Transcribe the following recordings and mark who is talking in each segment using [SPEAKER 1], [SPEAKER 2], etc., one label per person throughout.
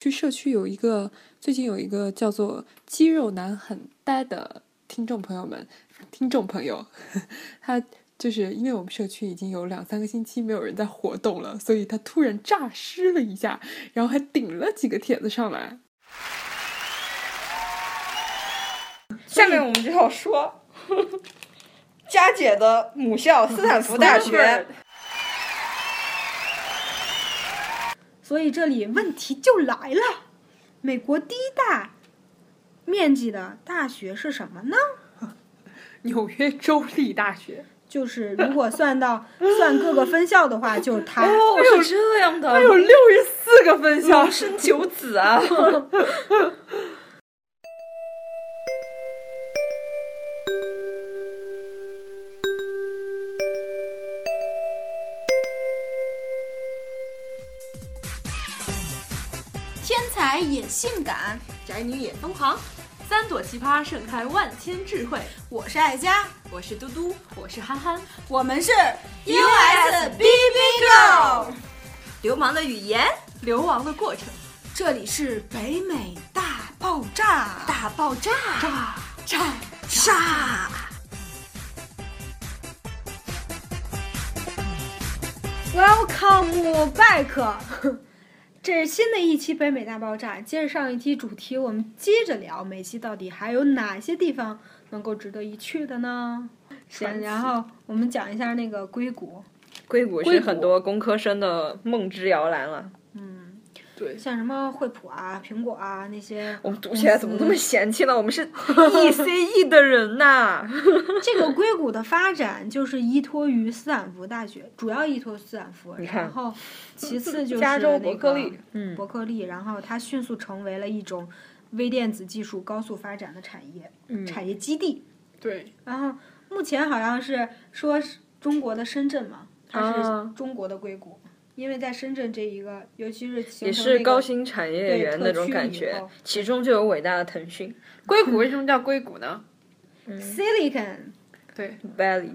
[SPEAKER 1] 区社区有一个最近有一个叫做“肌肉男很呆”的听众朋友们，听众朋友， 他就是因为我们社区已经有两三个星期没有人在活动了，所以他突然诈尸了一下，然后还顶了几个帖子上来。
[SPEAKER 2] 下面我们就要说 佳姐的母校斯坦福大 学。
[SPEAKER 3] 所以这里问题就来了：美国第一大面积的大学是什么呢？
[SPEAKER 1] 纽约州立大学，
[SPEAKER 3] 就是如果算到算各个分校 的话，就是它。
[SPEAKER 2] 哦，是这样的
[SPEAKER 1] 它，有六十四个分校
[SPEAKER 2] 龙。生九子啊！
[SPEAKER 4] 天才也性感，
[SPEAKER 5] 宅女也疯狂，三朵奇葩盛开万千智慧。
[SPEAKER 4] 我是爱佳，
[SPEAKER 5] 我是嘟嘟，我是憨憨，
[SPEAKER 4] 我们是
[SPEAKER 2] USB
[SPEAKER 4] Girl，
[SPEAKER 2] 流氓的语言，
[SPEAKER 5] 流亡的过程。
[SPEAKER 4] 这里是北美大爆炸，
[SPEAKER 2] 大爆炸，
[SPEAKER 5] 炸
[SPEAKER 4] 炸
[SPEAKER 2] 炸！
[SPEAKER 3] Welcome back，这是新的一期北美大爆炸。接着上一期主题，我们接着聊美西到底还有哪些地方能够值得一去的呢？行，然后我们讲一下那个硅谷，
[SPEAKER 2] 硅谷是很多工科生的梦之摇篮了。
[SPEAKER 3] 嗯，
[SPEAKER 1] 对
[SPEAKER 3] 像什么惠普啊、苹果啊那些，
[SPEAKER 2] 我们读起来怎么那么嫌弃呢？我们 是 E C E 的人 呐、
[SPEAKER 3] 这个硅谷的发展就是依托于斯坦福大学，主要依托斯坦福，
[SPEAKER 2] 你看
[SPEAKER 3] 然 后其次就是
[SPEAKER 2] 加州
[SPEAKER 3] 那
[SPEAKER 2] 伯
[SPEAKER 3] 个
[SPEAKER 2] 克利，嗯，
[SPEAKER 3] 伯克利，然后它迅速成为了一种微电子技术高速发展的产业、
[SPEAKER 2] 嗯
[SPEAKER 3] 产业基地。
[SPEAKER 1] 对，
[SPEAKER 3] 然后目前好像是说是中国的深圳嘛，它
[SPEAKER 2] 啊
[SPEAKER 3] 是中国的硅谷，因为在深圳这一个，尤其是形
[SPEAKER 2] 也
[SPEAKER 3] 成
[SPEAKER 2] 是
[SPEAKER 3] 那
[SPEAKER 2] 高
[SPEAKER 3] 个
[SPEAKER 2] 新产业园
[SPEAKER 3] 对
[SPEAKER 2] 那种
[SPEAKER 3] 特区
[SPEAKER 2] 感
[SPEAKER 3] 以
[SPEAKER 2] 觉
[SPEAKER 3] 后，
[SPEAKER 2] 其中就有伟大的腾讯
[SPEAKER 1] 硅谷为什么叫硅谷呢？
[SPEAKER 3] Silicon，
[SPEAKER 1] 对，
[SPEAKER 2] Valley。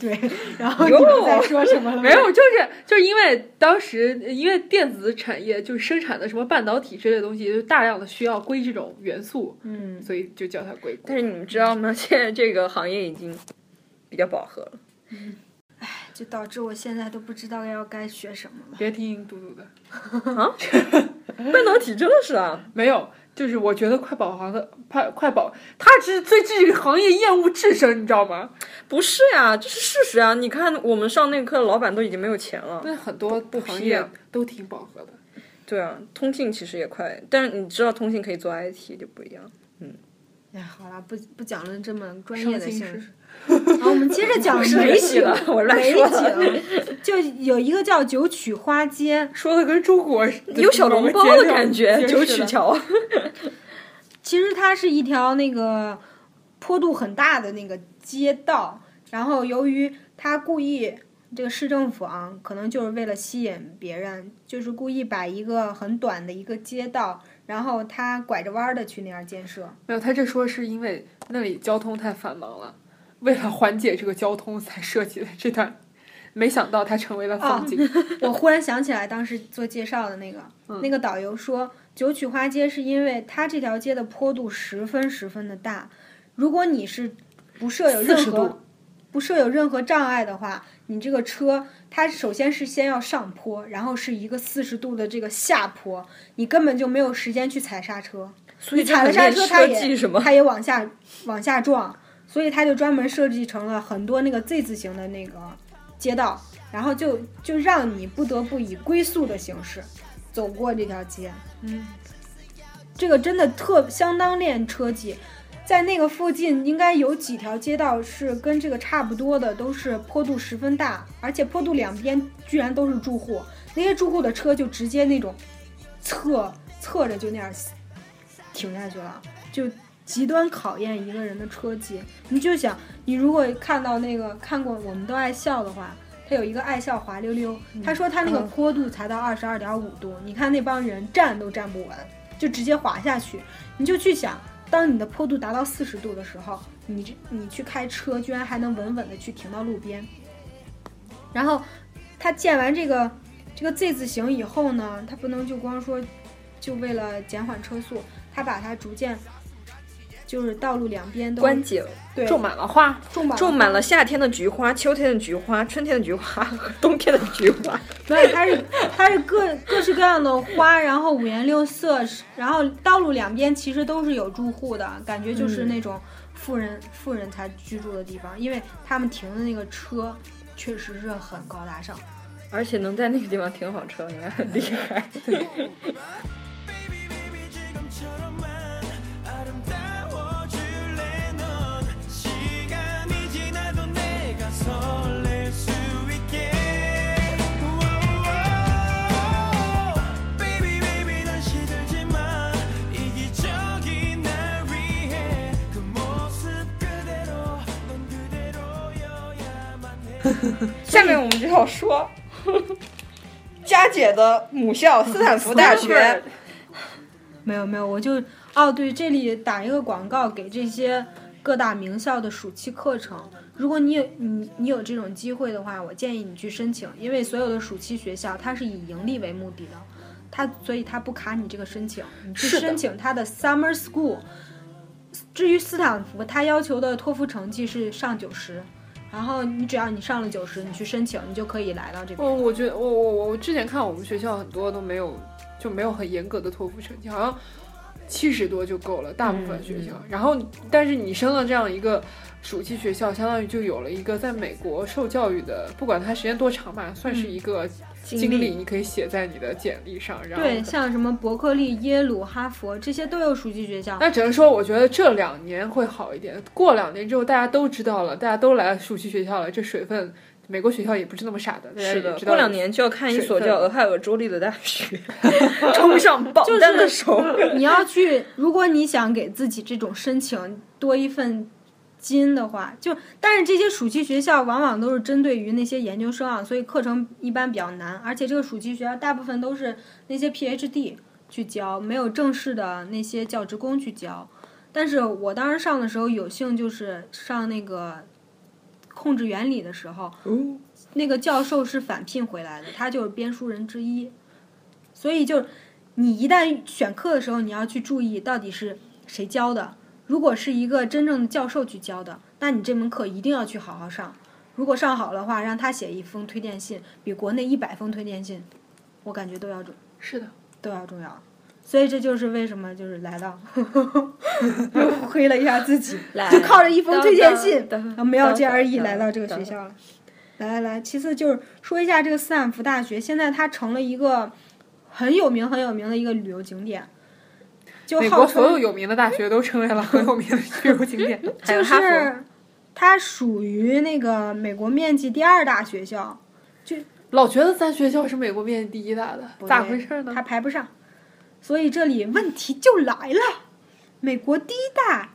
[SPEAKER 3] 对。然后你们在说什么了 吗？
[SPEAKER 1] 没有，就是就是因为当时因为电子产业就是生产的什么半导体之类的东西，就大量的需要硅这种元素，
[SPEAKER 3] 嗯，
[SPEAKER 1] 所以就叫它硅谷
[SPEAKER 2] 但。是嗯你们知道吗？现在这个行业已经比较饱和了。
[SPEAKER 3] 就导致我现在都不知道要该学什么了。
[SPEAKER 1] 别听嘟嘟的，
[SPEAKER 2] 半导体真的是啊，
[SPEAKER 1] 没有，就是我觉得快饱行的快快饱，他只是对这个行业厌恶至深，你知道吗？
[SPEAKER 2] 不是呀、这是事实啊！你看我们上那课，老板都已经没有钱了。
[SPEAKER 1] 那很多
[SPEAKER 2] 不
[SPEAKER 1] 行
[SPEAKER 2] 批
[SPEAKER 1] 业
[SPEAKER 2] 啊
[SPEAKER 1] 都挺饱和的。
[SPEAKER 2] 对啊，通信其实也快，但是你知道通信可以做 IT 就不一样。
[SPEAKER 3] 哎，好了，不不讲论这么专业
[SPEAKER 1] 伤
[SPEAKER 3] 的
[SPEAKER 1] 心
[SPEAKER 3] 性
[SPEAKER 1] 事
[SPEAKER 3] 质。然后我们接着讲
[SPEAKER 2] 没
[SPEAKER 3] 美
[SPEAKER 2] 戏
[SPEAKER 3] 景，
[SPEAKER 2] 了， 我乱
[SPEAKER 3] 美
[SPEAKER 2] 说了。
[SPEAKER 3] 景就有一个叫九曲花街，
[SPEAKER 1] 说的跟中国
[SPEAKER 2] 有小笼包的感觉，九曲
[SPEAKER 1] 桥。
[SPEAKER 2] 桥。
[SPEAKER 3] 其实它是一条那个坡度很大的那个街道，然后由于它故意这个市政府啊，可能就是为了吸引别人，就是故意把一个很短的一个街道，然后它拐着弯儿的去那样建设。
[SPEAKER 1] 没有，他这说是因为那里交通太繁忙了，为了缓解这个交通才设计的这段。没想到它成为了风景，
[SPEAKER 3] 我忽然想起来当时做介绍的那个，那个导游说，九曲花街是因为它这条街的坡度十分十分的大，如果你是不设有任
[SPEAKER 1] 40度
[SPEAKER 3] 何不设有任何障碍的话，你这个车它首先是先要上坡，然后是一个四十度的这个下坡，你根本就没有时间去踩刹车，
[SPEAKER 2] 所以
[SPEAKER 3] 踩了刹车它
[SPEAKER 2] 设
[SPEAKER 3] 也
[SPEAKER 2] 计什么？
[SPEAKER 3] 它也往下往下撞，所以它就专门设计成了很多那个 Z 字形的那个街道，然后就就让你不得不以龟速的形式走过这条街。
[SPEAKER 1] 嗯，
[SPEAKER 3] 这个真的特相当练车技，在那个附近应该有几条街道是跟这个差不多的，都是坡度十分大，而且坡度两边居然都是住户，那些住户的车就直接那种侧侧着就那样停下去了，就极端考验一个人的车技。你就想，你如果看到那个看过《我们都爱笑》的话。他有一个爱笑滑溜溜，他说他那个坡度才到二十二点五度，你看那帮人站都站不稳，就直接滑下去。你就去想，当你的坡度达到四十度的时候，你这你去开车居然还能稳稳的去停到路边。然后他建完这个这个 Z 字形以后呢，他不能就光说就为了减缓车速，他把它逐渐就是道路两边都
[SPEAKER 2] 观景
[SPEAKER 3] 对
[SPEAKER 2] 种满了花，
[SPEAKER 3] 种满
[SPEAKER 2] 种满了夏天的菊花、秋天的菊花、春天的菊花 和冬天的菊花。
[SPEAKER 3] 没有，它是它是各各式各样的花，然后五颜六色，然后道路两边其实都是有住户的，感觉就是那种富人、富人才居住的地方，因为他们停的那个车确实是很高大上。
[SPEAKER 2] 而且能在那个地方停好车，应该很厉害。
[SPEAKER 6] 그 下面我们就要说佳姐的母校斯坦福大学。
[SPEAKER 3] 没有没有，我就哦对，这里打一个广告给这些各大名校的暑期课程。如果你有你你有这种机会的话，我建议你去申请，因为所有的暑期学校它是以盈利为目的的，它所以它不卡你这个申请，你去
[SPEAKER 2] 是的
[SPEAKER 3] 申请它的 summer school。至于斯坦福，它要求的托福成绩是上九十，然后你只要你上了九十，你去申请，你就可以来到这边。
[SPEAKER 1] 我我觉得我我我我之前看我们学校很多都没有就没有很严格的托福成绩，好像七十多就够了，大部
[SPEAKER 2] 嗯
[SPEAKER 1] 分学校。然后，但是你升了这样一个暑期学校，相当于就有了一个在美国受教育的，不管它时间多长吧，算
[SPEAKER 2] 嗯
[SPEAKER 1] 是一个经历，你可以写在你的简历上。然后
[SPEAKER 3] 对，像什么伯克利、耶鲁、哈佛这些都有暑期学校。
[SPEAKER 1] 那只能说，我觉得这两年会好一点。过两年之后，大家都知道了，大家都来暑期学校了，这水分，美国学校也不是那么傻的。大家也
[SPEAKER 2] 是的，
[SPEAKER 1] 知道
[SPEAKER 2] 过两年就要看一所叫
[SPEAKER 1] 水分
[SPEAKER 2] 俄亥俄州立的大学， 冲上榜单的首位。
[SPEAKER 3] 你要去，如果你想给自己这种申请多一份金的话，就但是这些暑期学校往往都是针对于那些研究生啊，所以课程一般比较难，而且这个暑期学校大部分都是那些 PhD 去教，没有正式的那些教职工去教。但是我当时上的时候有幸就是上那个控制原理的时候，
[SPEAKER 1] 嗯
[SPEAKER 3] 那个教授是返聘回来的，他就是编书人之一，所以就你一旦选课的时候，你要去注意到底是谁教的。如果是一个真正的教授去教的，那你这门课一定要去好好上。如果上好的话，让他写一封推荐信，比国内一百封推荐信，我感觉都要重
[SPEAKER 1] 是的，
[SPEAKER 3] 都要重要。所以这就是为什么就是来到， 又 亏了一下自己，
[SPEAKER 2] 来
[SPEAKER 3] 就靠着一封推荐信
[SPEAKER 2] 当
[SPEAKER 1] 嗯
[SPEAKER 2] 当，
[SPEAKER 3] 啊没有这而已
[SPEAKER 2] 当当
[SPEAKER 3] 来到这个学校了。来来来，其次就是说一下这个斯坦福大学，现在它成了一个很有名很有名的一个旅游景点，就
[SPEAKER 1] 美
[SPEAKER 3] 号
[SPEAKER 1] 国
[SPEAKER 3] 称
[SPEAKER 1] 所有有名的大学都成为了 很有名的旅游景点。
[SPEAKER 2] 还有
[SPEAKER 3] 就
[SPEAKER 2] 哈佛
[SPEAKER 3] 是它属于那个美国面积第二大学校，
[SPEAKER 1] 老觉得咱学校是美国面积第一大的，咋回事呢
[SPEAKER 3] 它？排不上，所以这里问题就来了：美国第一大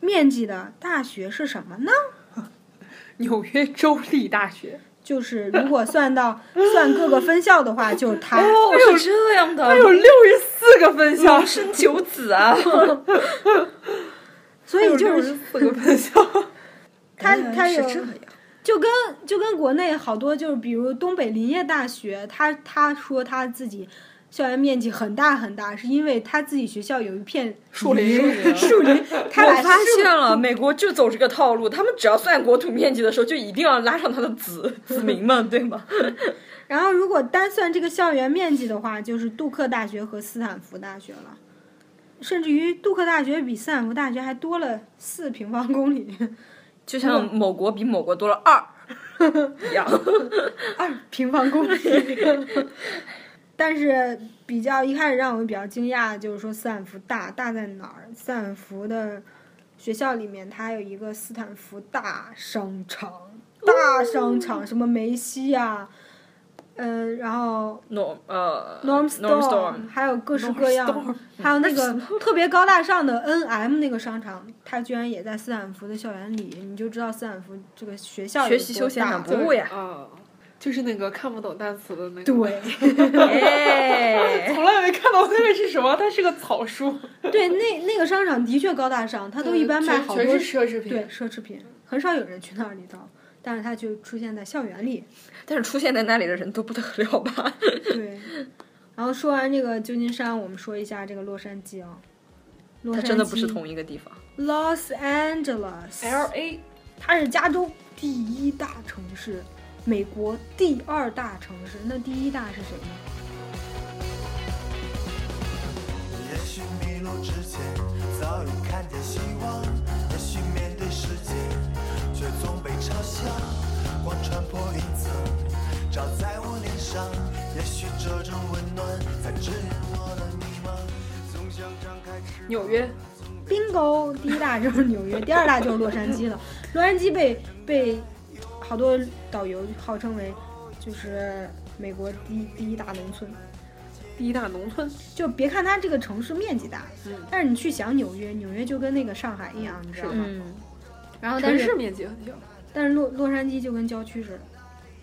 [SPEAKER 3] 面积的大学是什么呢？
[SPEAKER 1] 纽约州立大学，
[SPEAKER 3] 就是如果算到算各个分校的话，就是它。
[SPEAKER 2] 哦，是这样的，
[SPEAKER 1] 它有 六十四个分校
[SPEAKER 2] 龙，生九子啊！
[SPEAKER 3] 所以就
[SPEAKER 1] 六
[SPEAKER 3] 是
[SPEAKER 1] 十四个分校。
[SPEAKER 3] 它
[SPEAKER 2] 原来
[SPEAKER 3] 它
[SPEAKER 2] 是
[SPEAKER 3] 有
[SPEAKER 2] 这样。
[SPEAKER 3] 就跟就跟国内好多就是，比如东北林业大学，他他说他自己校园面积很大很大，是因为他自己学校有一片
[SPEAKER 1] 树 林，
[SPEAKER 3] 树林，他把
[SPEAKER 2] 我发
[SPEAKER 3] 它
[SPEAKER 2] 现了，美国就走这个套路，他们只要算国土面积的时候，就一定要拉上他的子 子民们，对吗？
[SPEAKER 3] 然后，如果单算这个校园面积的话，就是杜克大学和斯坦福大学了，甚至于杜克大学比斯坦福大学还多了四平方公里，
[SPEAKER 2] 就像某国比某国多了二一样。
[SPEAKER 3] 二平方公 里。但是比较一开始让我们比较惊讶，的就是说斯坦福大大在哪儿？斯坦福的学校里面，它有一个斯坦福大商场，大商
[SPEAKER 2] 哦
[SPEAKER 3] 场什么梅西呀、嗯、然后
[SPEAKER 2] Norm 呃
[SPEAKER 3] Norm
[SPEAKER 2] 哦 Norm Storm
[SPEAKER 3] 还有各式各样，还有 那个特别高大上的 NM 那个商场，它居然也在斯坦福的校园里，你就知道斯坦福这个学校有
[SPEAKER 2] 学习
[SPEAKER 3] 多
[SPEAKER 2] 休闲
[SPEAKER 3] 大
[SPEAKER 2] 两步
[SPEAKER 1] 对
[SPEAKER 2] 服务呀
[SPEAKER 1] 啊，就是那个看不懂单词的那个。
[SPEAKER 3] 对
[SPEAKER 2] 哎，
[SPEAKER 1] 从来没看到那个是什么，它是个草书，
[SPEAKER 3] 对，那那个商场的确高大上，它都一般卖
[SPEAKER 1] 全
[SPEAKER 3] 好多
[SPEAKER 1] 全是奢侈
[SPEAKER 3] 对
[SPEAKER 1] 品。
[SPEAKER 3] 奢侈品，很少有人去那里头，但是它就出现在校园里。
[SPEAKER 2] 但是出现在那里的人都不得了吧？
[SPEAKER 3] 对，然后说完这个旧金山，我们说一下这个洛杉矶啊、洛
[SPEAKER 2] 它
[SPEAKER 3] 杉矶
[SPEAKER 2] 真的不是同一个地方。
[SPEAKER 3] Los Angeles，
[SPEAKER 2] L A
[SPEAKER 3] 它是加州第一大城市，美国第二大城市。那第一大是谁呢？
[SPEAKER 6] 也许迷路之前早已看见希望，也许面对世界却总被嘲笑。光穿破云层，照在我脸上，也许这种温暖才治愈我的迷茫。总想张开翅膀
[SPEAKER 1] 纽约，
[SPEAKER 3] Bingo，第一大就是纽约，第二大就是洛杉矶了。洛杉矶被被好多导游号称为就是美国第第一大农村。
[SPEAKER 1] 第一大农村，
[SPEAKER 3] 就别看它这个城市面积大，
[SPEAKER 2] 嗯
[SPEAKER 3] 但是你去想纽约，纽约就跟那个上海一样，你知道吗？
[SPEAKER 2] 嗯，
[SPEAKER 3] 然后哦但
[SPEAKER 1] 城
[SPEAKER 3] 是
[SPEAKER 1] 市面积很小，
[SPEAKER 3] 但是洛洛杉矶就跟郊区似的，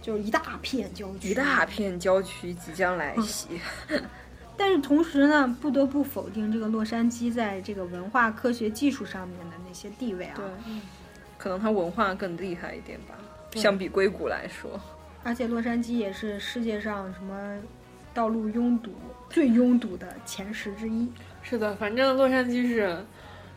[SPEAKER 3] 就是一大片郊区，
[SPEAKER 2] 一大。片郊区即将来袭。
[SPEAKER 3] 但是同时呢，不得不否定这个洛杉矶在这个文化、科学技术上面的那些地位啊。
[SPEAKER 2] 对，可能它文化更厉害一点吧，相比硅谷来说。
[SPEAKER 3] 而且洛杉矶也是世界上什么道路拥堵最拥堵的前十之 一。
[SPEAKER 1] 是的，反正洛杉矶是，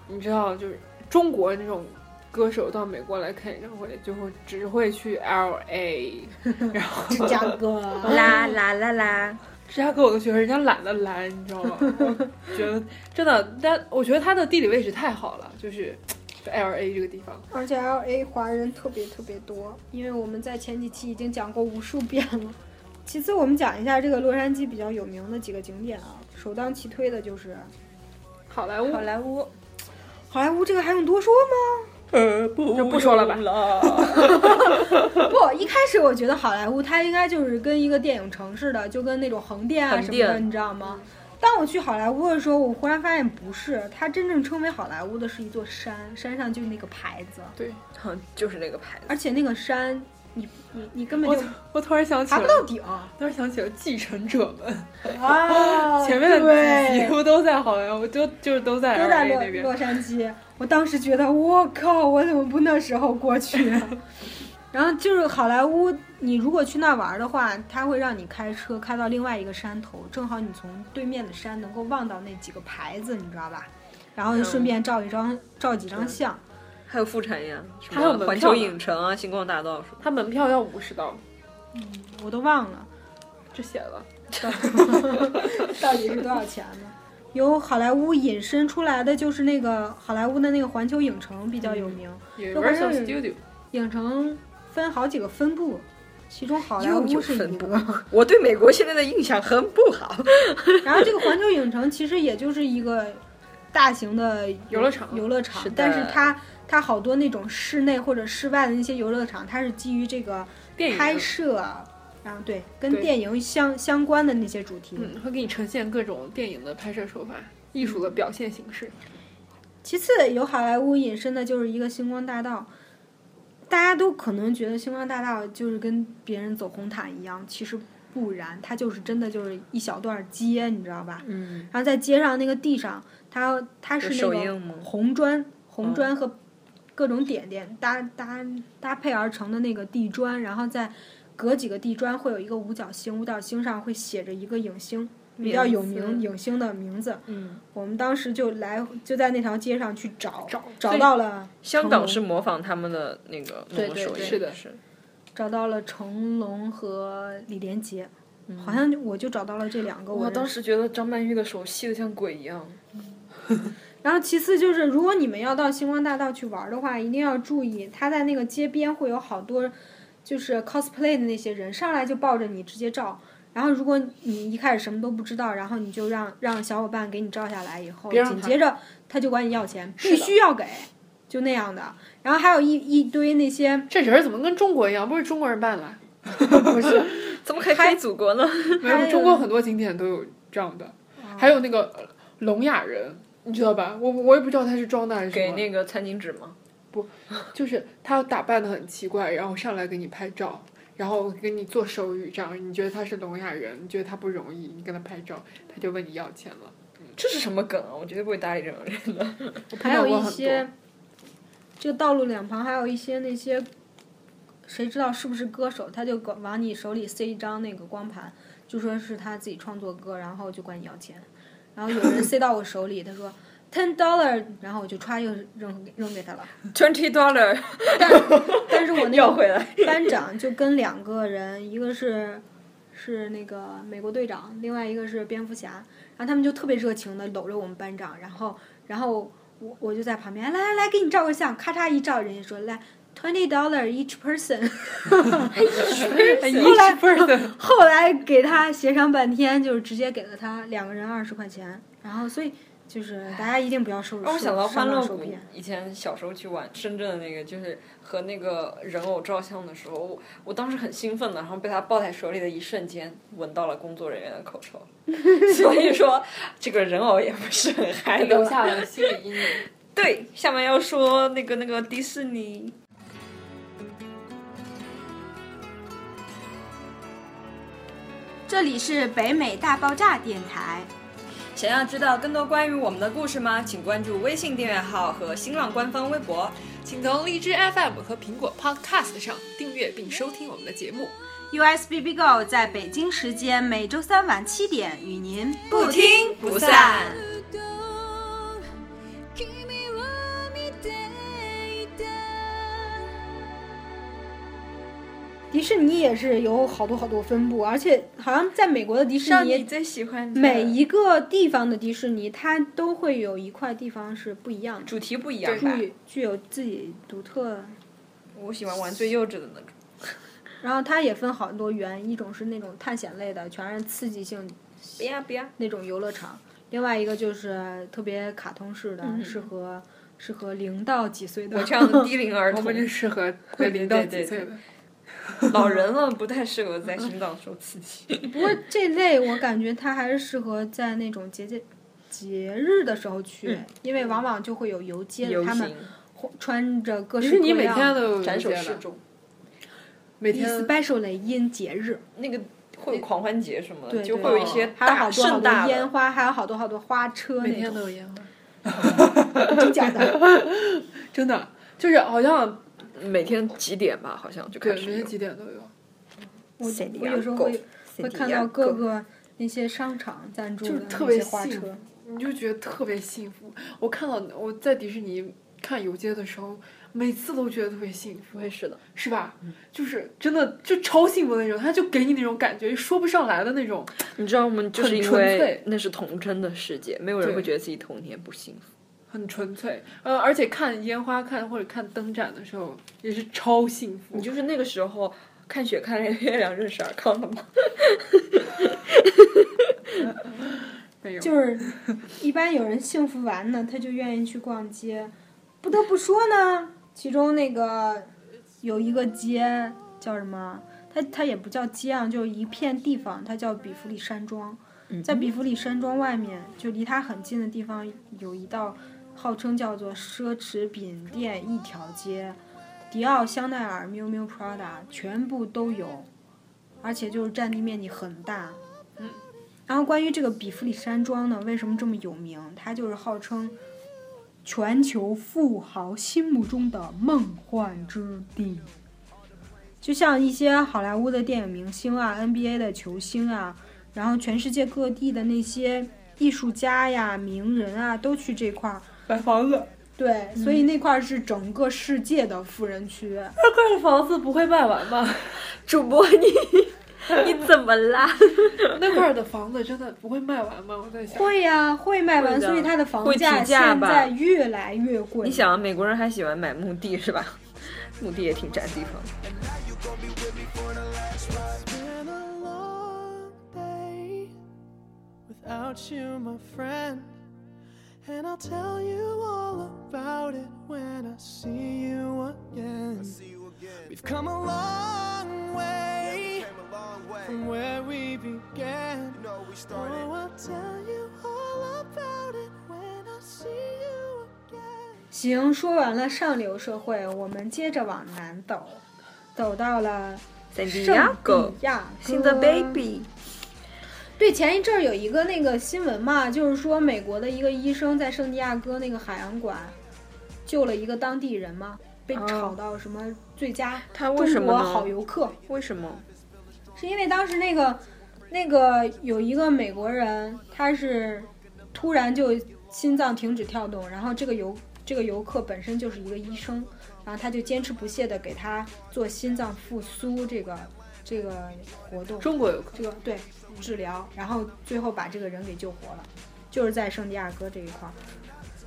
[SPEAKER 1] 你知道，就是中国那种歌手到美国来开演唱会，就会只会去 L A，然后
[SPEAKER 3] 芝加哥，啊
[SPEAKER 2] 啦啦啦啦，
[SPEAKER 1] 芝加哥我都觉得人家懒得来，你知道吗？ 我觉得真的，但我觉得它的地理位置太好了，就是就 L A 这个地方，
[SPEAKER 3] 而且 L A 华人特别特别多，因为我们在前几期已经讲过无数遍了。其次，我们讲一下这个洛杉矶比较有名的几个景点啊，首当其推的就是
[SPEAKER 1] 好莱坞，
[SPEAKER 2] 好莱坞，
[SPEAKER 3] 好莱坞，这个还用多说 吗？
[SPEAKER 2] 呃，不
[SPEAKER 1] 就不说了吧
[SPEAKER 2] 吧。
[SPEAKER 3] 不，一开始我觉得好莱坞它应该就是跟一个电影城似的，就跟那种横店啊
[SPEAKER 2] 横
[SPEAKER 3] 什么
[SPEAKER 2] 店
[SPEAKER 3] 的，你知道吗？当我去好莱坞的时候，我忽然发现不是，它真正称为好莱坞的是一座山，山上就那个牌子，
[SPEAKER 2] 好，就是那个牌子。
[SPEAKER 3] 而且那个山，你你你根本就
[SPEAKER 1] 我突然想起
[SPEAKER 3] 爬不
[SPEAKER 1] 了，
[SPEAKER 3] 到顶啊！
[SPEAKER 1] 突然想起了《继承者们》前
[SPEAKER 3] 前
[SPEAKER 1] 面的几
[SPEAKER 3] 啊哦对
[SPEAKER 1] 集不都在好莱坞，就就是都在
[SPEAKER 3] 都
[SPEAKER 1] L
[SPEAKER 3] 在
[SPEAKER 1] A 那
[SPEAKER 3] 洛
[SPEAKER 1] 边，
[SPEAKER 3] 洛杉矶。我当时觉得，我靠，我怎么不那时候过去、 啊？然后就是好莱坞，你如果去那玩的话，它会让你开车开到另外一个山头，正好你从对面的山能够望到那几个牌子，你知道吧？然后顺便照一张照几张相。
[SPEAKER 2] 还有副产业，什么
[SPEAKER 1] 还有门票
[SPEAKER 2] 环球
[SPEAKER 1] 呢
[SPEAKER 2] 影城啊，星光大道什么。
[SPEAKER 1] 它门票要五十刀，
[SPEAKER 3] 我都忘了
[SPEAKER 1] 这写了，
[SPEAKER 3] 到底是多少钱 呢。由好莱坞引申出来的就是那个好莱坞的那个环球影城比较有名，
[SPEAKER 1] 有
[SPEAKER 3] 那
[SPEAKER 1] v e r s a
[SPEAKER 3] 好像是
[SPEAKER 1] Studio，
[SPEAKER 3] 影城分好几个分部，其中好莱坞是
[SPEAKER 2] 又有
[SPEAKER 3] 一
[SPEAKER 2] 分部
[SPEAKER 3] 个。
[SPEAKER 2] 我对美国现在的印象很不好。
[SPEAKER 3] 然后这个环球影城其实也就是一个大型的
[SPEAKER 1] 游乐场
[SPEAKER 3] 游乐场，
[SPEAKER 2] 是的
[SPEAKER 3] 但是它它好多那种室内或者室外的那些游乐场，它是基于这个
[SPEAKER 1] 电影
[SPEAKER 3] 拍摄啊，然后对跟
[SPEAKER 1] 对
[SPEAKER 3] 电影相相关的那些主题。
[SPEAKER 1] 嗯，会给你呈现各种电影的拍摄手法、艺术的表现形式。
[SPEAKER 3] 其次，由好莱坞引申的就是一个星光大道。大家都可能觉得星光大道就是跟别人走红毯一样，其实不然，它就是真的就是一小段街，你知道吧？
[SPEAKER 2] 嗯，
[SPEAKER 3] 然后在街上那个地上，它它是
[SPEAKER 2] 有嗯首
[SPEAKER 3] 那个
[SPEAKER 2] 映吗？
[SPEAKER 3] 红砖、红砖和各种点点搭搭搭配而成的那个地砖，然后再隔几个地砖会有一个五角星，五角星上会写着一个影星比较有名影星的名字。
[SPEAKER 2] 嗯，
[SPEAKER 3] 我们当时就来就在那条街上去找，找
[SPEAKER 2] 对
[SPEAKER 3] 到了
[SPEAKER 2] 香
[SPEAKER 3] 成
[SPEAKER 2] 港
[SPEAKER 3] 龙
[SPEAKER 2] 是模仿他们的那个
[SPEAKER 3] 对
[SPEAKER 2] 魔
[SPEAKER 3] 对
[SPEAKER 2] 术，
[SPEAKER 3] 对
[SPEAKER 1] 是的
[SPEAKER 2] 是。
[SPEAKER 3] 找到了成龙和李连杰，好像我就找到了这两个
[SPEAKER 2] 嗯
[SPEAKER 3] 我
[SPEAKER 2] 我
[SPEAKER 3] 认识
[SPEAKER 2] 当时觉得张曼玉的手细的像鬼一样。
[SPEAKER 3] 然后其次就是，如果你们要到星光大道去玩的话，一定要注意，它在那个街边会有好多就是 cosplay 的那些人，上来就抱着你直接照。然后如果你一开始什么都不知道，然后你就让让小伙伴给你照下来以后，
[SPEAKER 1] 别让
[SPEAKER 3] 紧
[SPEAKER 1] 他
[SPEAKER 3] 接着他就管你要钱，
[SPEAKER 1] 是
[SPEAKER 3] 必
[SPEAKER 1] 的
[SPEAKER 3] 须要给，就那样的。然后还有一一堆那些
[SPEAKER 1] 这人儿怎么跟中国一样？不是中国人办 的，
[SPEAKER 3] 不是，
[SPEAKER 2] 怎么可以黑祖国呢？
[SPEAKER 1] 没
[SPEAKER 3] 还
[SPEAKER 1] 有哦
[SPEAKER 3] 有
[SPEAKER 1] 中国很多景点都有这样的，还有那个呃聋哑人，你知道吧？我我也不知道他是装的还是什
[SPEAKER 2] 给
[SPEAKER 1] 么，
[SPEAKER 2] 那个餐巾纸吗？
[SPEAKER 1] 就是他打扮的很奇怪，然后上来给你拍照。然后给你做手语，这样你觉得他是聋哑人，你觉得他不容易，你跟他拍照，他就问你要钱了。
[SPEAKER 2] 这是什么梗啊？我绝对不会搭理这种人的。
[SPEAKER 1] 我碰
[SPEAKER 3] 还
[SPEAKER 1] 到过
[SPEAKER 3] 有一
[SPEAKER 1] 很多。
[SPEAKER 3] 些这个道路两旁还有一些那些，谁知道是不是歌手，他就往你手里塞一张那个光盘，就说是他自己创作歌，然后就管你要钱。然后有人塞到我手里，他说 ten dollar，然后我就歘又扔扔给他了。
[SPEAKER 2] Twenty dollar
[SPEAKER 3] 但但是我那
[SPEAKER 2] 要
[SPEAKER 3] 个
[SPEAKER 2] 回来，
[SPEAKER 3] 班长就跟两个人，一个是是那个美国队长，另外一个是蝙蝠侠，然后他们就特别热情的搂着我们班长，然后然后我我就在旁边来来来给你照个相，咔嚓一照，人家说来 twenty dollar each person，后
[SPEAKER 2] 哎
[SPEAKER 3] 来后来给他协商半天，就是直接给了他两个人二十块钱，然后所以。就是大家一定不要受，
[SPEAKER 2] 让我想到
[SPEAKER 3] 受
[SPEAKER 2] 欢乐
[SPEAKER 3] 受
[SPEAKER 2] 谷
[SPEAKER 3] 骗。
[SPEAKER 2] 以前小时候去玩深圳的那个，就是和那个人偶照相的时候，我我当时很兴奋的，然后被他抱在手里的一瞬间，闻到了工作人员的口 臭，所以说这个人偶也不是很嗨的
[SPEAKER 1] 留
[SPEAKER 2] 了。
[SPEAKER 1] 下了心理阴影。
[SPEAKER 2] 对，下面要说那个那个迪士尼，
[SPEAKER 4] 这里是北美大爆炸电台。
[SPEAKER 2] 想要知道更多关于我们的故事吗？请关注微信订阅号和新浪官方微博。
[SPEAKER 1] 请从荔枝 FM 和苹果 Podcast 上订阅并收听我们的节目。
[SPEAKER 4] USBB Go 在北京时间每周三晚七点与您
[SPEAKER 2] 不听不散。
[SPEAKER 7] 「君を見ていた」
[SPEAKER 3] 迪士尼也是有好多好多分布，而且好像在美国的迪士
[SPEAKER 2] 少
[SPEAKER 3] 尼
[SPEAKER 2] 女最喜欢的
[SPEAKER 3] 每一个地方的迪士尼，它都会有一块地方是不一样的，
[SPEAKER 2] 主题不一样吧？
[SPEAKER 3] 具具有自己独特。
[SPEAKER 2] 我喜欢玩最幼稚的那种。
[SPEAKER 3] 然后它也分好多园，一种是那种探险类的，全是刺激性
[SPEAKER 2] 别呀别呀！
[SPEAKER 3] 那种游乐场；另外一个就是特别卡通式的，适合适合零到几岁
[SPEAKER 2] 嗯
[SPEAKER 3] 的。
[SPEAKER 2] 我这样 的低龄 儿
[SPEAKER 1] 我
[SPEAKER 2] 童
[SPEAKER 1] 们是适 合在零到几岁的，
[SPEAKER 2] 老人了，不太适合
[SPEAKER 3] 嗯
[SPEAKER 2] 在心脏受刺激。
[SPEAKER 3] 不过这类我感觉它还是适合在那种节节节日的时候去，
[SPEAKER 1] 嗯
[SPEAKER 3] 因为往往就会有游街的，
[SPEAKER 2] 游
[SPEAKER 3] 他们
[SPEAKER 2] 行，
[SPEAKER 3] 穿着各
[SPEAKER 1] 可
[SPEAKER 3] 式
[SPEAKER 1] 是
[SPEAKER 3] 各
[SPEAKER 1] 你
[SPEAKER 3] 样
[SPEAKER 1] 每天
[SPEAKER 3] 的
[SPEAKER 1] 都有
[SPEAKER 2] 斩首
[SPEAKER 1] 时间
[SPEAKER 2] 示
[SPEAKER 1] 了
[SPEAKER 2] 众，
[SPEAKER 1] 每天
[SPEAKER 3] especially in 节日。
[SPEAKER 2] 那个会有狂欢节什么
[SPEAKER 1] 呃
[SPEAKER 3] 对，
[SPEAKER 2] 的，就
[SPEAKER 3] 对哦
[SPEAKER 2] 会有一些
[SPEAKER 3] 还有好
[SPEAKER 2] 大
[SPEAKER 3] 多好
[SPEAKER 2] 盛
[SPEAKER 3] 多
[SPEAKER 2] 大
[SPEAKER 3] 烟
[SPEAKER 2] 的。
[SPEAKER 3] 花，还有好多好多花车
[SPEAKER 1] 每
[SPEAKER 3] 那
[SPEAKER 1] 天
[SPEAKER 3] 种，
[SPEAKER 1] 都有 烟花，
[SPEAKER 3] 真假的？
[SPEAKER 1] 真哦的就是好像
[SPEAKER 2] 每天几点吧，好像就
[SPEAKER 1] 对每
[SPEAKER 2] 开始
[SPEAKER 1] 天
[SPEAKER 2] 有。
[SPEAKER 1] 几点都有，
[SPEAKER 3] 我
[SPEAKER 2] 谁的
[SPEAKER 3] 我
[SPEAKER 2] 呀
[SPEAKER 3] 有时候
[SPEAKER 2] 狗
[SPEAKER 3] 会会看到各个那些商场赞助
[SPEAKER 1] 就
[SPEAKER 3] 的
[SPEAKER 1] 是特
[SPEAKER 3] 那
[SPEAKER 1] 别
[SPEAKER 3] 些花
[SPEAKER 1] 幸
[SPEAKER 3] 车，
[SPEAKER 1] 你就觉得特别幸福。我看到我在迪士尼看游街的时候，每次都觉得特别幸福
[SPEAKER 2] 不，会是的，
[SPEAKER 1] 是嗯吧？就是真的就超幸福的那种，他就给你那种感觉，说不上来的那种。
[SPEAKER 2] 你知道吗？就是因
[SPEAKER 1] 纯
[SPEAKER 2] 为
[SPEAKER 1] 粹
[SPEAKER 2] 那是童真的世界，没有人
[SPEAKER 1] 对
[SPEAKER 2] 会觉得自己童年不幸福。
[SPEAKER 1] 很纯粹，呃，而且看烟花看或者看灯展的时候也是超幸福
[SPEAKER 2] 你。就是那个时候看雪看 月亮认识尔康了吗？
[SPEAKER 1] 没有，
[SPEAKER 3] 就是一般有人幸福完呢，他就愿意去逛街。不得不说呢，其中那个有一个街叫什么？它它也不叫街啊，就是一片地方，它叫比弗利山庄。在比弗利山庄外面，就离它很近的地方，有一道号称叫做奢侈品店一条街，迪奥、香奈儿、miu miu、Prada 全部都有，而且就是占地面积很大。然后关于这个比弗利山庄呢，为什么这么有名？它就是号称全球富豪心目中的梦幻之地。就像一些好莱坞的电影明星啊、NBA 的球星啊，然后全世界各地的那些艺术家呀、名人啊，都去这块儿。
[SPEAKER 1] 买房子，
[SPEAKER 3] 对，所以那块儿是整个世界的富人区。
[SPEAKER 1] 这房子不会卖完吧？
[SPEAKER 2] 主播你 你怎么啦？
[SPEAKER 1] 那块儿的房子真的不会卖完吗？我在想，
[SPEAKER 3] 会呀、会卖完，
[SPEAKER 2] 会的
[SPEAKER 3] 所以它的房
[SPEAKER 2] 会提
[SPEAKER 3] 价
[SPEAKER 2] 价
[SPEAKER 3] 现
[SPEAKER 2] 吧
[SPEAKER 3] 在越来越贵。
[SPEAKER 2] 你想啊，美国人还喜欢买墓地是吧？墓地也挺占地方的。
[SPEAKER 8] been a long day without you, my friend. And I'll tell you all about it when I see you again. We've come a long way from where we began. Oh, I'll tell you all about it when I see you again.
[SPEAKER 3] 行，说完了上流社会，我们接着往南走，走到了
[SPEAKER 2] 圣地
[SPEAKER 3] 圣
[SPEAKER 2] 亚
[SPEAKER 3] 地
[SPEAKER 2] 哥，
[SPEAKER 3] 亚
[SPEAKER 2] 新的
[SPEAKER 3] 哥
[SPEAKER 2] baby，
[SPEAKER 3] 对，前一阵儿有一个那个新闻嘛，就是说美国的一个医生在圣地亚哥那个海洋馆救了一个当地人嘛，被
[SPEAKER 2] 哦
[SPEAKER 3] 炒到什么最佳
[SPEAKER 2] 他为
[SPEAKER 3] 中
[SPEAKER 2] 什么
[SPEAKER 3] 国
[SPEAKER 2] 呢
[SPEAKER 3] 好游客，
[SPEAKER 2] 为什么？
[SPEAKER 3] 是因为当时那个那个有一个美国人，他是突然就心脏停止跳动，然后这个游这个游客本身就是一个医生，然后他就坚持不懈的给他做心脏复苏这个这个活动，
[SPEAKER 1] 中国游客
[SPEAKER 3] 这个对治疗，然后最后把这个人给救活了，就是在圣地亚哥这一块儿。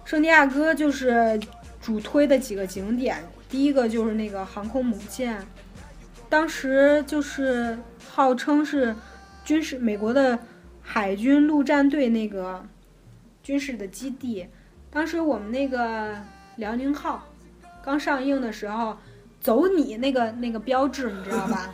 [SPEAKER 3] 圣地亚哥就是主推的几个景点，第一个就是那个航空母舰，当时就是号称是军事美国的海军陆战队那个军事的基地。当时我们那个辽宁号刚上映的时候，走你那个那个标志，你知道吧？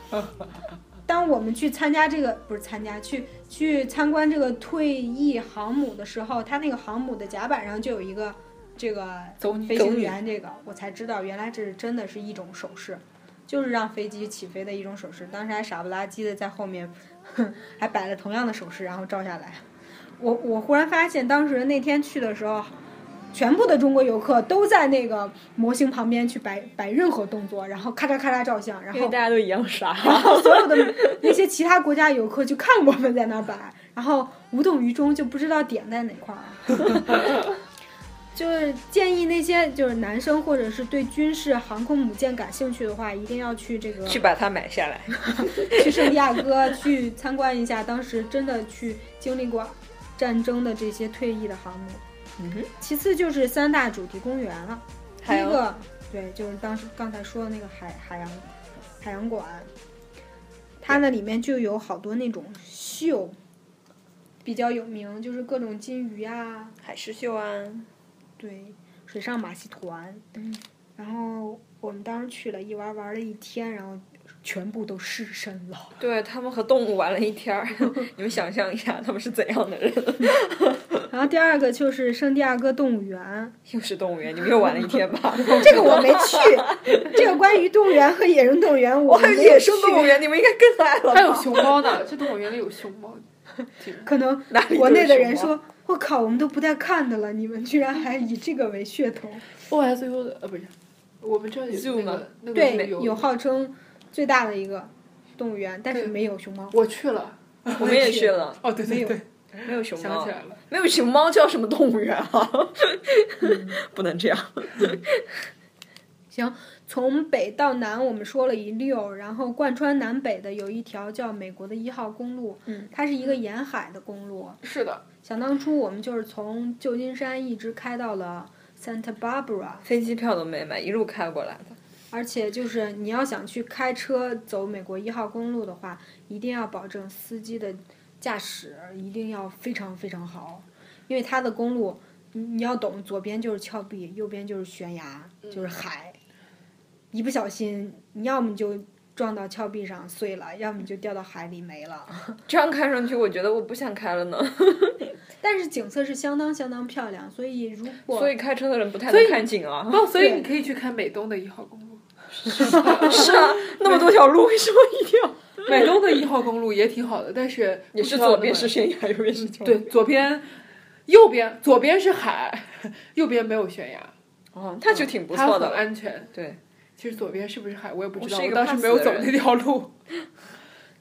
[SPEAKER 3] 当我们去参加这个不是参加去去参观这个退役航母的时候，它那个航母的甲板上就有一个这个
[SPEAKER 1] 走你
[SPEAKER 3] 飞
[SPEAKER 1] 走
[SPEAKER 3] 行
[SPEAKER 1] 你，
[SPEAKER 3] 员这个，我才知道原来这是真的是一种手势，就是让飞机起飞的一种手势。当时还傻不拉几的在后面， 哼，还摆了同样的手势，然后照下来。我我忽然发现，当时那天去的时候，全部的中国游客都在那个模型旁边去摆摆任何动作，然后咔嚓咔嚓照相，然
[SPEAKER 2] 因为
[SPEAKER 3] 后
[SPEAKER 2] 大家都一样傻。
[SPEAKER 3] 所有的那些其他国家游客就看我们在那儿摆，然后无动于衷，就不知道点在哪块儿啊。就是建议那些就是男生或者是对军事航空母舰感兴趣的话，一定要去这个
[SPEAKER 6] 去把它买下来。
[SPEAKER 3] 去圣地亚哥去参观一下，当时真的去经历过战争的这些退役的航母。
[SPEAKER 6] 嗯哼，
[SPEAKER 3] 其次就是三大主题公园了，第
[SPEAKER 6] 还
[SPEAKER 3] 一
[SPEAKER 6] 有
[SPEAKER 3] 个对，就是当时刚才说的那个海海洋海洋馆，它那里面就有好多那种秀，比较有名，就是各种金鱼啊，
[SPEAKER 6] 海狮秀啊，
[SPEAKER 3] 对，水上马戏团，
[SPEAKER 6] 嗯
[SPEAKER 3] 然后我们当时去了一玩玩了一天，然后全部都失身了。
[SPEAKER 2] 对他们和动物玩了一天 儿，你们想象一下他们是怎样的人？
[SPEAKER 3] 然后第二个就是圣地亚哥动物园，
[SPEAKER 2] 又是动物园，你们又玩了一天 吧？
[SPEAKER 3] 这个我没去，这个关于动物园和野生动物园我
[SPEAKER 2] 还有
[SPEAKER 3] 没 有
[SPEAKER 2] 野
[SPEAKER 3] 去
[SPEAKER 2] 生，动物园，你们应该更爱了。
[SPEAKER 1] 还有熊猫呢， 这动物园里有熊猫。
[SPEAKER 3] 可能
[SPEAKER 2] 哪里都是
[SPEAKER 3] 国内的人
[SPEAKER 2] 熊猫
[SPEAKER 3] 说：“我靠，我们都不带看的了，你们居然还以这个为噱头。
[SPEAKER 1] OSU 的呃不是，我们这里
[SPEAKER 2] Zoo
[SPEAKER 1] 那
[SPEAKER 2] 吗
[SPEAKER 1] 个那”个
[SPEAKER 3] 对，
[SPEAKER 1] 有
[SPEAKER 3] 有号称最大的一个动物园，但是
[SPEAKER 1] 对
[SPEAKER 3] 没有熊猫。
[SPEAKER 1] 我去了。
[SPEAKER 2] 啊我们也去了，
[SPEAKER 1] 哦对
[SPEAKER 3] 没
[SPEAKER 1] 对
[SPEAKER 3] 有
[SPEAKER 1] 对，
[SPEAKER 2] 没有熊啊
[SPEAKER 1] 想
[SPEAKER 2] 猫
[SPEAKER 1] 起，来了，
[SPEAKER 2] 没有熊猫叫什么动物园啊？ 不能这样。
[SPEAKER 3] 行，从北到南我们说了一溜，然后贯穿南北的有一条叫美国的一号公路，
[SPEAKER 2] 嗯
[SPEAKER 3] 它是一个沿海的公路。
[SPEAKER 1] 是的，
[SPEAKER 3] 想当初我们就是从旧金山一直开到了 Santa Barbara，
[SPEAKER 2] 飞机票都没买，一路开过来的。
[SPEAKER 3] 而且就是你要想去开车走美国一号公路的话，一定要保证司机的驾驶一定要非常非常好，因为它的公路你你要懂，左边就是峭壁，右边就是悬崖，
[SPEAKER 2] 嗯
[SPEAKER 3] 就是海，一不小心你要么就撞到峭壁上碎了，要么就掉到海里没了。
[SPEAKER 2] 这样看上去，我觉得我不想开了呢。
[SPEAKER 3] 但是景色是相当相当漂亮，所以如果
[SPEAKER 2] 所以开车的人不太
[SPEAKER 1] 所以
[SPEAKER 2] 能看景啊。
[SPEAKER 1] 哦，所以
[SPEAKER 3] 对
[SPEAKER 1] 你可以去看美东的一号公路，
[SPEAKER 2] 是啊， 那么多条路，为什么一定要？
[SPEAKER 1] 美东的一号公路也挺好的，但是
[SPEAKER 2] 也
[SPEAKER 1] 不
[SPEAKER 2] 是
[SPEAKER 1] 知道
[SPEAKER 2] 左
[SPEAKER 1] 那
[SPEAKER 2] 边
[SPEAKER 1] 么
[SPEAKER 2] 是悬崖，右边是桥。
[SPEAKER 1] 对，左边，右边，左边是海， 右边没有悬崖，
[SPEAKER 2] 哦，那就挺不
[SPEAKER 1] 它
[SPEAKER 2] 错
[SPEAKER 1] 很
[SPEAKER 2] 的。
[SPEAKER 1] 安全。
[SPEAKER 2] 对，
[SPEAKER 1] 其实左边是不是海我也不知道，我
[SPEAKER 2] 我是一个
[SPEAKER 1] 当时没有
[SPEAKER 2] 怕死
[SPEAKER 1] 走
[SPEAKER 2] 的人
[SPEAKER 1] 那条路，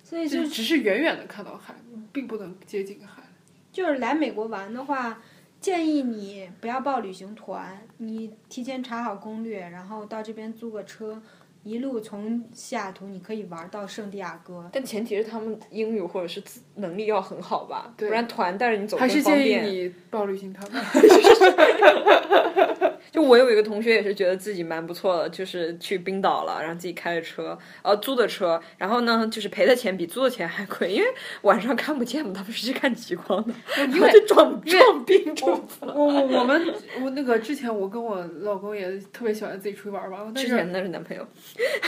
[SPEAKER 3] 所以
[SPEAKER 1] 就
[SPEAKER 3] 就是
[SPEAKER 1] 只是远远的看到海，并不能接近海。
[SPEAKER 3] 就是来美国玩的话，建议你不要报旅行团，你提前查好攻略，然后到这边租个车，一路从西雅图你可以玩到圣地亚哥。
[SPEAKER 2] 但前提是他们英语或者是自能力要很好吧，不
[SPEAKER 1] 对
[SPEAKER 2] 然团带着你走
[SPEAKER 1] 还
[SPEAKER 2] 更
[SPEAKER 1] 是
[SPEAKER 2] 方
[SPEAKER 1] 建议
[SPEAKER 2] 便。
[SPEAKER 1] 你报旅行团 吧。
[SPEAKER 2] 就我有一个同学也是觉得自己蛮不错的，就是去冰岛了，然后自己开着车，呃，租的车，然后呢，就是赔的钱比租的钱还贵，因为晚上看不见嘛，他们是去看极光的，因为就撞撞冰撞死 了。
[SPEAKER 1] 我我我们 我那个之前我跟我老公也特别喜欢自己出去玩吧，但
[SPEAKER 2] 之
[SPEAKER 1] 是
[SPEAKER 2] 前那是男朋友，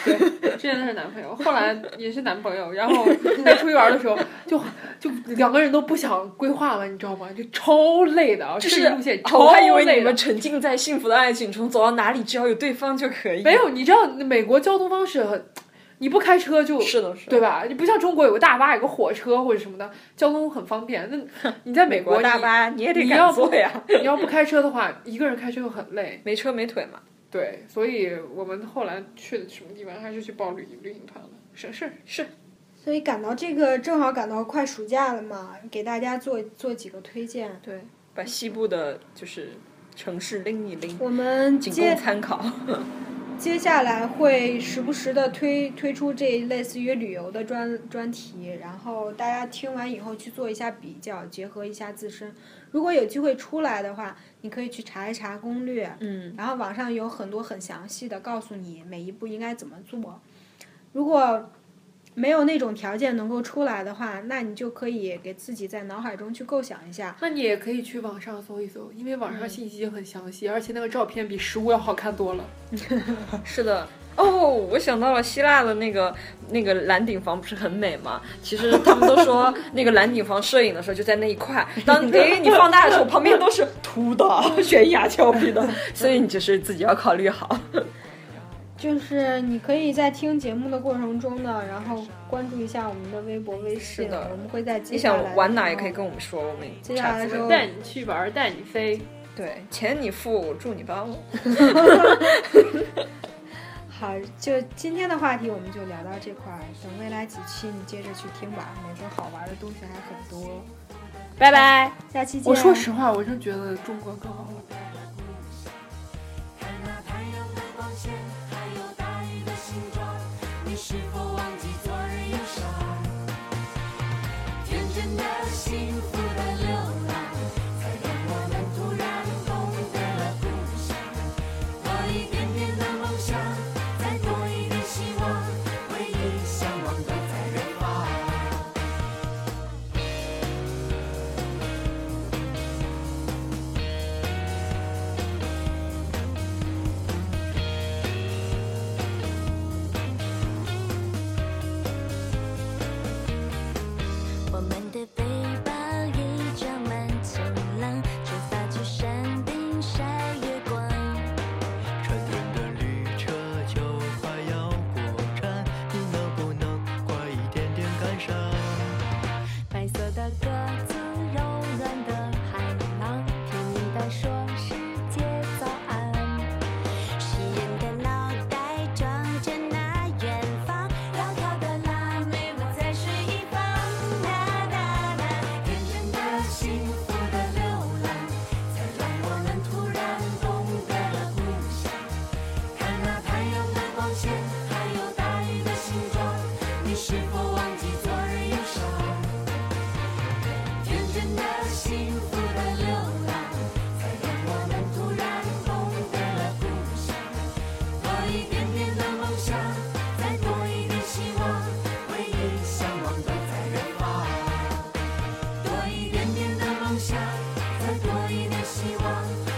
[SPEAKER 1] 之前那是男朋友，后来也是男朋友，然 后在出去玩的时候，就就两个人都不想规划了，你知道吗？就超累的，
[SPEAKER 2] 就
[SPEAKER 1] 这
[SPEAKER 2] 是哦
[SPEAKER 1] 个路线
[SPEAKER 2] 我
[SPEAKER 1] 超
[SPEAKER 2] 还以为
[SPEAKER 1] 累
[SPEAKER 2] 你
[SPEAKER 1] 的
[SPEAKER 2] 们。沉浸在幸福的爱情中，走到哪里只要有对方就可以。
[SPEAKER 1] 没，有，你知道美国交通方式很，你不开车就。
[SPEAKER 2] 是的，是的。
[SPEAKER 1] 对吧？你不像中国有个大巴、有个火车或者什么的，交通很方便。那你在美
[SPEAKER 2] 美国
[SPEAKER 1] 你
[SPEAKER 2] 大巴你也得
[SPEAKER 1] 你
[SPEAKER 2] 敢
[SPEAKER 1] 要
[SPEAKER 2] 坐呀，
[SPEAKER 1] 你要不开车的话，一个人开车又很累。
[SPEAKER 2] 没车没腿嘛。
[SPEAKER 1] 对，所以我们后来去的什么地方，还是去报旅旅行团了。省事儿。
[SPEAKER 2] 是，
[SPEAKER 3] 所以赶到这个正好赶到快暑假了嘛，给大家做做几个推荐。
[SPEAKER 2] 对，把西部的就是城市拎一拎，
[SPEAKER 3] 我们
[SPEAKER 2] 仅供
[SPEAKER 3] 接
[SPEAKER 2] 参考。
[SPEAKER 3] 接下来会时不时的推推出这类似于旅游的专专题，然后大家听完以后去做一下比较，结合一下自身。如果有机会出来的话，你可以去查一查攻略，
[SPEAKER 2] 嗯，
[SPEAKER 3] 然后网上有很多很详细的告诉你每一步应该怎么做。如果没有那种条件能够出来的话，那你就可以给自己在脑海中去构想一下。
[SPEAKER 1] 那你也可以去网上搜一搜，因为网上信息很详细，而且那个照片比实物要好看多了。
[SPEAKER 2] 是的。哦，我想到了希腊的那个那个蓝顶房不是很美吗？其实他们都说那个蓝顶房摄影的时候就在那一块， 当给你放大的时候，旁边都是 秃的悬崖峭壁的， 所以你就是自己要考虑好。
[SPEAKER 3] 就是你可以在听节目的过程中呢，然后关注一下我们的微博、微信，
[SPEAKER 2] 是的
[SPEAKER 3] 我们会在
[SPEAKER 2] 你
[SPEAKER 3] 接下来的
[SPEAKER 2] 想玩哪也可以
[SPEAKER 3] 时候
[SPEAKER 2] 跟我们说，我们
[SPEAKER 3] 接下
[SPEAKER 2] 查
[SPEAKER 3] 来
[SPEAKER 2] 资
[SPEAKER 3] 的时
[SPEAKER 2] 料
[SPEAKER 3] 候。
[SPEAKER 1] 带你去玩，带你飞。
[SPEAKER 2] 对，钱你付，住你包。
[SPEAKER 3] 好，就今天的话题我们就聊到这块儿，等未来几期你接着去听吧，美国好玩的东西还很多。
[SPEAKER 2] 拜拜。
[SPEAKER 3] 下期见。
[SPEAKER 1] 我说实话，我真觉得中国更好玩。
[SPEAKER 7] 看那太阳的光线，还有大雨的形状，你是否忘记昨日忧伤？天真的、幸福的流浪，才让我们突然懂得了故乡。多一点点的梦想，再多一点希望，回忆、向往都在远方。我们的背包一装满晴朗，出发去山顶晒月光。
[SPEAKER 8] 春天的绿车就快要过站，你能不能快一点点赶上？
[SPEAKER 7] 白色的鸽子，柔软的海浪，听你在说世界早安。吸烟的脑袋装着那远方，窈窕的辣妹不再是一方。哒哒哒，天真的幸福的流浪，才让我们突然懂得了故乡。看那太阳的光线，还有大雨的形状，你是否忘记昨日忧伤？天真的幸福的流浪，才让我们突然懂得了故乡。多一点点的梦想，再多一点希望，回忆、向往都在远方。多一点点的梦想，再多一点希望，